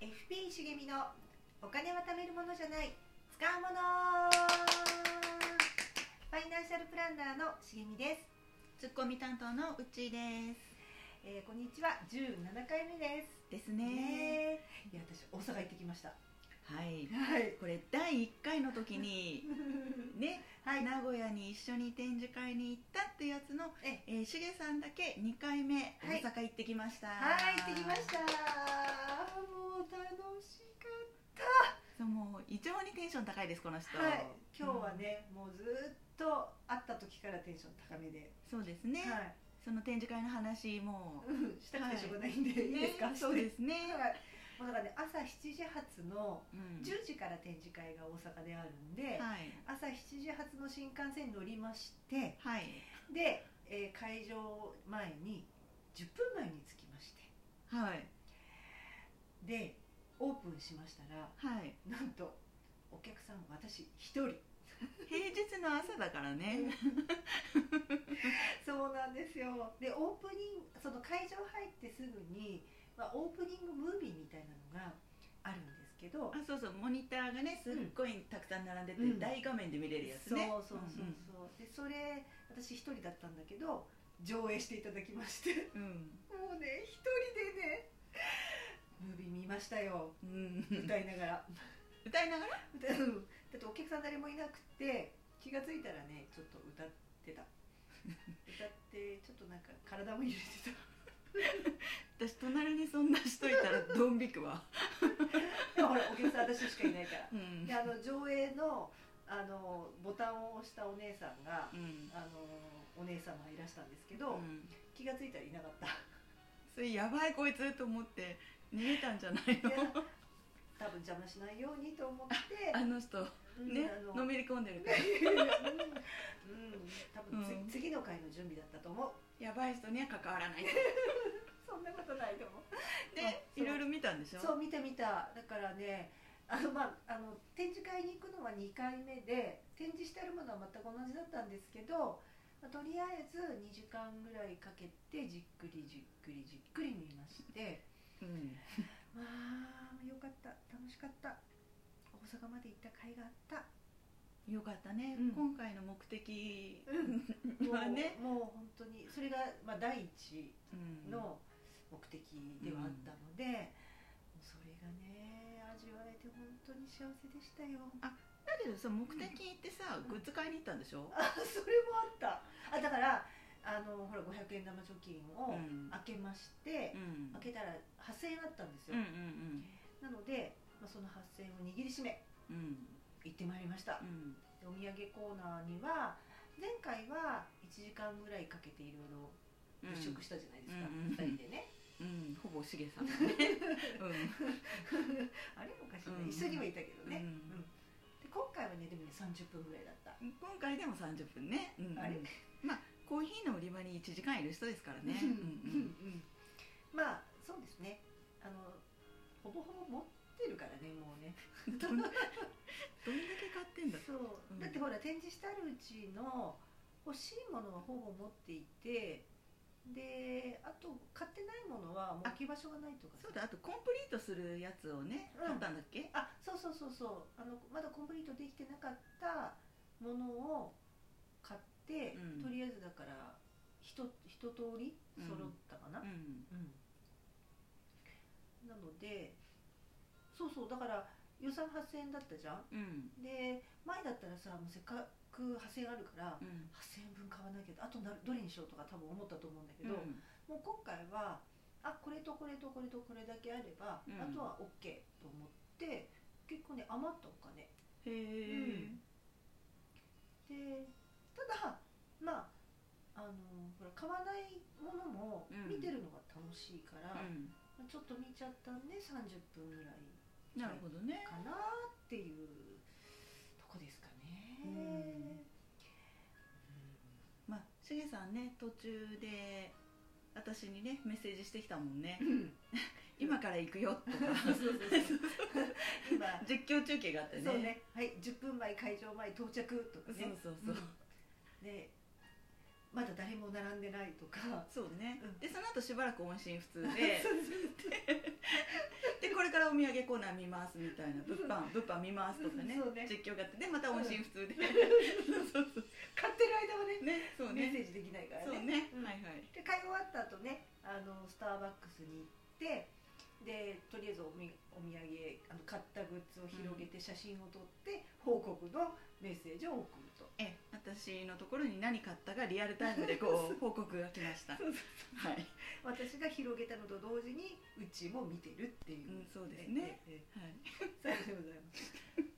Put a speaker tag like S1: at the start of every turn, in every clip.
S1: 茂美のお金は貯めるものじゃない使うものファイナンシャルプランナーの茂美です、
S2: ツッコミ担当のうっちーです。
S1: えーこんにちは17回目です
S2: です
S1: ねえいや私大阪行ってきました
S2: はい。
S1: はい
S2: これ第1回の時にね、
S1: はい
S2: 名古屋に一緒に展示会に行ったってやつの
S1: え、
S2: えー、しげさんだけ2回目
S1: は
S2: 大
S1: い
S2: 阪行ってきました。
S1: はい行ってきましたもう楽しかった
S2: そう。もう異常にテンション高いですこの人。
S1: はい、今日はね、もうずっと会った時からテンション高めで、
S2: うん。そうですね。
S1: はい、
S2: その展示会の話も
S1: うんしたくてしょうがないんで、い、いですか、
S2: ねそうですね。
S1: はいもうだからね、朝7時発の
S2: うん
S1: 10時から展示会が大阪であるんで、
S2: はい
S1: 朝7時発の新幹線に乗りまして
S2: はい
S1: で、えー会場前に10分前に着きまして
S2: はい
S1: でオープンしましたら
S2: はい。
S1: なんとお客さん私一人
S2: 平日の朝だからね。
S1: そうなんですよでオープニングその会場入ってすぐに、まあ、オープニングムービーみたいなのがあるんですけど
S2: あそうそうモニターがねすっごいたくさん並んでて、
S1: うん
S2: 大画面で見れるやつ
S1: そう
S2: ね
S1: そうそうそう、でそれ私一人だったんだけど上映していただきまして
S2: うん
S1: も
S2: うん、
S1: うね一人でねムービー見ましたよ
S2: うん
S1: 歌いながら
S2: 歌いながら
S1: 歌うんだってお客さん誰もいなくて気が付いたらねちょっと歌ってた歌ってちょっとなんか体も揺れてた
S2: 私隣にそんな人いたらドン引くわ、
S1: でもほらお客さん私しかいないから
S2: うん
S1: であの上映のあのボタンを押したお姉さんが
S2: う、ん
S1: あのお姉様いらしたんですけど、
S2: うん、
S1: 気が付いたらいなか った
S2: それやばいこいつと思って逃げたんじゃない
S1: いや
S2: の
S1: 多分邪魔しないようにと思って
S2: あの人
S1: うん
S2: ね
S1: あの
S2: のめり込んでるから
S1: うん、うん多分つ、
S2: うん
S1: 次の回の準備だったと思う
S2: やばい人には関わらないで
S1: そんなことないと思うあそう
S2: いろいろ見たんでしょ
S1: そう見た見ただからねあのまああの展示会に行くのは2回目で展示してあるものは全く同じだったんですけどまあとりあえず2時間ぐらいかけてじっくりじっくりじっくり見まして
S2: うん、
S1: まあよかった楽しかった大阪まで行った甲斐があった
S2: よかったね、
S1: うん
S2: 今回の目的
S1: うん
S2: まあね
S1: もうもう本当にそれが、まあ、第一
S2: うん
S1: の目的ではあったので、それがね味わえて本当に幸せでしたよ
S2: だけどさ目的ってさ、
S1: ん
S2: グッズ買いに行ったんでしょ、
S1: あそれもあったあだからあのほら500円玉貯金
S2: う
S1: を
S2: ん
S1: 開けまして、
S2: うん
S1: 開けたら8000円あったんです
S2: う
S1: よ、
S2: んうんうん
S1: なので、まあ、その8000円を握りしめ
S2: うん
S1: 行ってまいりました
S2: う、ん
S1: でお土産コーナーには前回は1時間ぐらいかけていろいろ物色したじゃないですか、
S2: うんうんうん
S1: 2人でね
S2: うん、ほぼしげさんだね。
S1: あれおかしいな、
S2: うん
S1: 一緒にはいたけど
S2: うん、
S1: ね、で今回はねでもね30分ぐらいだった
S2: うん、今回でも三十分ね。うん、
S1: あれ
S2: まあ、コーヒーの売り場に一時間いる人ですからね。
S1: う
S2: うんん
S1: うんうん まあそうですねあのほぼほぼ持ってるからねもうね
S2: うん、どんだけ、どんだけ買ってんだ。
S1: そう、
S2: うん
S1: だってほら展示してあるうちの欲しいものはほぼ持っていてであと買ってないものはもう置き場所がないとかさ
S2: そうだ、あとコンプリートするやつをね、
S1: うん
S2: 買ったんだっけ。
S1: あそうそうそうそうあのまだコンプリートできてなかったものを買って、
S2: うん
S1: とりあえずだからひと一通り揃ったかな、
S2: うん、
S1: うんなのでそうそうだから予算8,000円だったじゃん
S2: うん、
S1: で前だったらさもうせっかく8,000円あるから
S2: うん、
S1: 8,000円分買わなきゃあとなどれにしようとか多分思ったと思うんだけど、
S2: うん
S1: もう今回はあこれとこれとこれとこれだけあれば、
S2: うん
S1: あとは OK と思って結構ね余ったお金
S2: へ
S1: う
S2: え、
S1: んでただまああのほら買わないものも
S2: うん
S1: 見てるのが楽しいから、
S2: うん、
S1: まあちょっと見ちゃったんで30分ぐらい
S2: なるほどね。
S1: かなっていうとこですかね。
S2: うんまあ、しげさんね、途中で。私にね、メッセージしてきたもんね。
S1: うん
S2: 今から行くよとか。
S1: そうそうそう今
S2: 実況中継があってね。
S1: そうね、はい、10分前会場前到着とか
S2: そう
S1: ね
S2: そうそう。
S1: うんでまだ誰も並んでないとか
S2: そうね、
S1: うん
S2: でその後しばらく音信不通ででこれからお土産コーナー見ますみたいな物販物販見ますとかね
S1: そうね
S2: 実況があってでまた音信不通で、 そうそうそ
S1: 買ってる間はね
S2: うねそう
S1: メッ
S2: ね
S1: セージできないから
S2: そう
S1: ね
S2: ね、
S1: うん
S2: はいはい
S1: で買い終わった後ねあのスターバックスに行ってでとりあえずおみお土産あの買ったグッズを広げて写真を撮って、報告のメッセージを送る と
S2: え私のところに何買ったかリアルタイ ムでこう報告が来ました
S1: そう
S2: はい、
S1: 私が広げたのと同時にうちも見てるっていう、
S2: うんそうですね
S1: ええ
S2: はい、
S1: ええさようでございますでも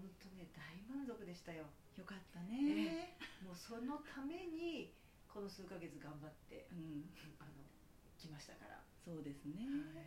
S1: 本当ね大満足でしたよ
S2: よかったね、
S1: もうそのためにこの数ヶ月頑張って
S2: うん
S1: あの来ましたから、
S2: そうですね、
S1: はい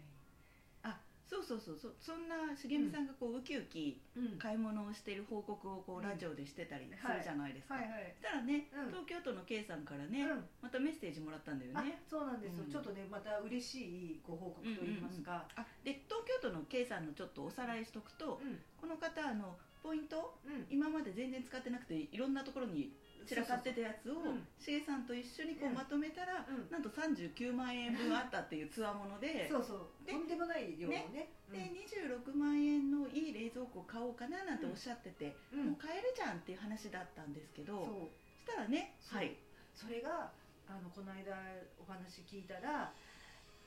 S2: あそうそうそうそうそんな茂美さんがこうウキウキ
S1: うん、
S2: 買い物をしている報告を
S1: う
S2: こうんラジオでしてたりするじゃないですか、
S1: はいはい
S2: そしたらね、
S1: うん
S2: 東京都の K さんからね、
S1: うん
S2: またメッセージもらったんだよ
S1: あ
S2: ね
S1: そうなんですよ、
S2: うん
S1: ちょっとねまた嬉しいご報告といいますか、
S2: あで東京都の K さんのちょっとおさらいしとくと、
S1: うん
S2: この方あのポイント
S1: うん
S2: 今まで全然使ってなくていろんなところに散らかってたやつを
S1: そうそううん
S2: しげさんと一緒にこ
S1: う
S2: うんまとめたら、
S1: うん
S2: なんと39万円分あったっていうつわもので
S1: そうそう
S2: で
S1: とんでもない量をね
S2: で26万円のいい冷蔵庫買おうかななんておっしゃってて、
S1: うん、う
S2: もうん買えるじゃんっていう話だったんですけど
S1: そう
S2: そしたらね
S1: そう
S2: はい
S1: それがあのこの間お話聞いたら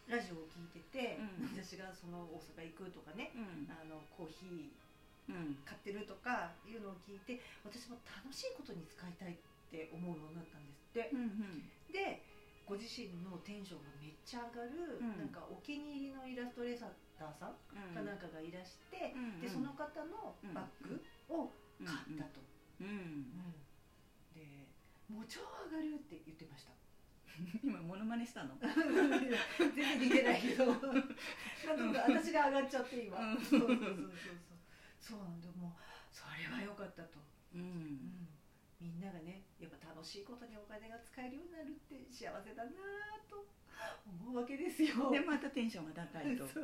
S1: ラジオを聞いてて、
S2: うん
S1: 私がその大阪行くとかね
S2: うん
S1: あのコーヒー
S2: うん
S1: 買ってるとかいうのを聞いて私も楽しいことに使いたいって思うようになったんですって
S2: うん
S1: でご自身のテンションがめっちゃ上がる、
S2: うん
S1: なんかお気に入りのイラストレーターさん
S2: うん
S1: かなんかがいらして、
S2: うん
S1: でその方のバッグを
S2: うん
S1: 買ったと、
S2: うんうん
S1: うんでもう超上がるって言ってました
S2: 今モノマネしたの
S1: 全然似てないけ どなんとか私が上がっちゃって今、
S2: うん
S1: そうそうそうそうそうなんでもうそれは良かったと、
S2: うん
S1: みんながねやっぱ楽しいことにお金が使えるようになるって幸せだなぁと思うわけですよ
S2: でまたテンションが高いと
S1: そ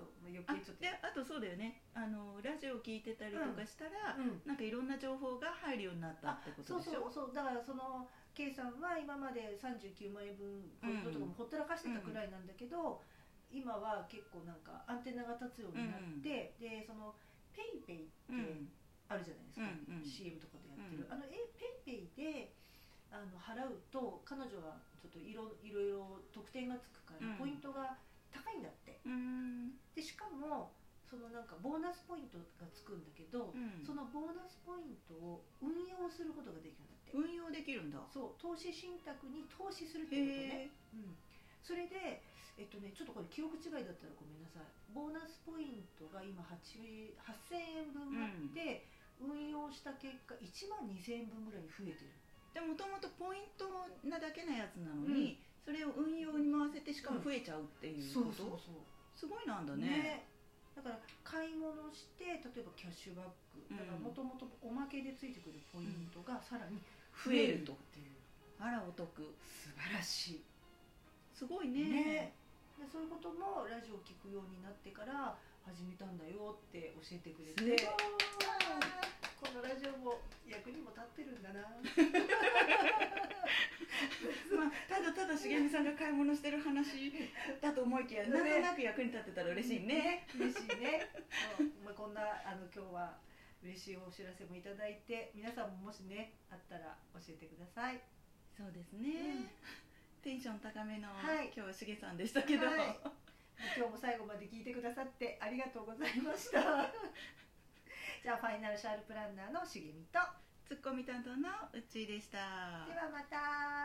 S1: うそうまあ余
S2: あ
S1: 計ちょっと
S2: であとそうだよねあのラジオ聞いてたりとかしたら、
S1: うん
S2: なんかいろんな情報が入るようになったってこ
S1: そう
S2: とでし
S1: そうそ
S2: ょ
S1: うだからその K さんは今まで39万円分ポイントとかもほったらかしてたくらいなんだけど、今は結構なんかアンテナが立つようになって、でそのペイペイ
S2: うん
S1: ってあるじゃないですか、
S2: うんうん
S1: CM とかでやってる、
S2: う
S1: あ
S2: ん
S1: のえペイペイであの払うと彼女はちょっといろいろいろ得点がつくから
S2: うん
S1: ポイントが高いんだって
S2: うん
S1: でしかもそのなんかボーナスポイントがつくんだけど、
S2: うん
S1: そのボーナスポイントを運用することができるんだって、
S2: 運用できるんだ
S1: そう投資信託に投資するって
S2: へ
S1: ことね、
S2: え
S1: うん、それでえっとねちょっとこれ記憶違いだったらごめんなさいボーナスポイントが今8 8000円分あって、運用した結果1万2000円分ぐらいに増えてる
S2: でもともとポイントなだけなやつなのに、それを運用に回せてしかも増えちゃうっていうこと、
S1: そう
S2: すごいなんだ
S1: ね
S2: ね
S1: だから買い物して例えばキャッシュバックだから
S2: う
S1: も
S2: ん
S1: ともとおまけでついてくるポイントがさらに
S2: 増える
S1: っ
S2: と
S1: ていう
S2: あらお得
S1: 素晴らしい
S2: すごい
S1: ね
S2: ね
S1: でそういうこともラジオを聞くようになってから始めたんだよって教えてくれ
S2: す
S1: て
S2: ごい
S1: あーこのラジオも役にも立ってるんだな
S2: まあ、ただただ茂美さんが買い物してる話だと思いきや、なんとなく役に立ってたら嬉しいね。
S1: 嬉しいね、 そうまあ、こんなあの今日は嬉しいお知らせもいただいて皆さんももしねあったら教えてください
S2: そうです
S1: うん
S2: ね。テンション高めの、
S1: はい
S2: 今日は茂さんでしたけど、
S1: はい今日も最後まで聞いてくださってありがとうございました じゃあファイナルシャールプランナーの茂みと
S2: ツッコミ担当のうっちーでした。
S1: ではまた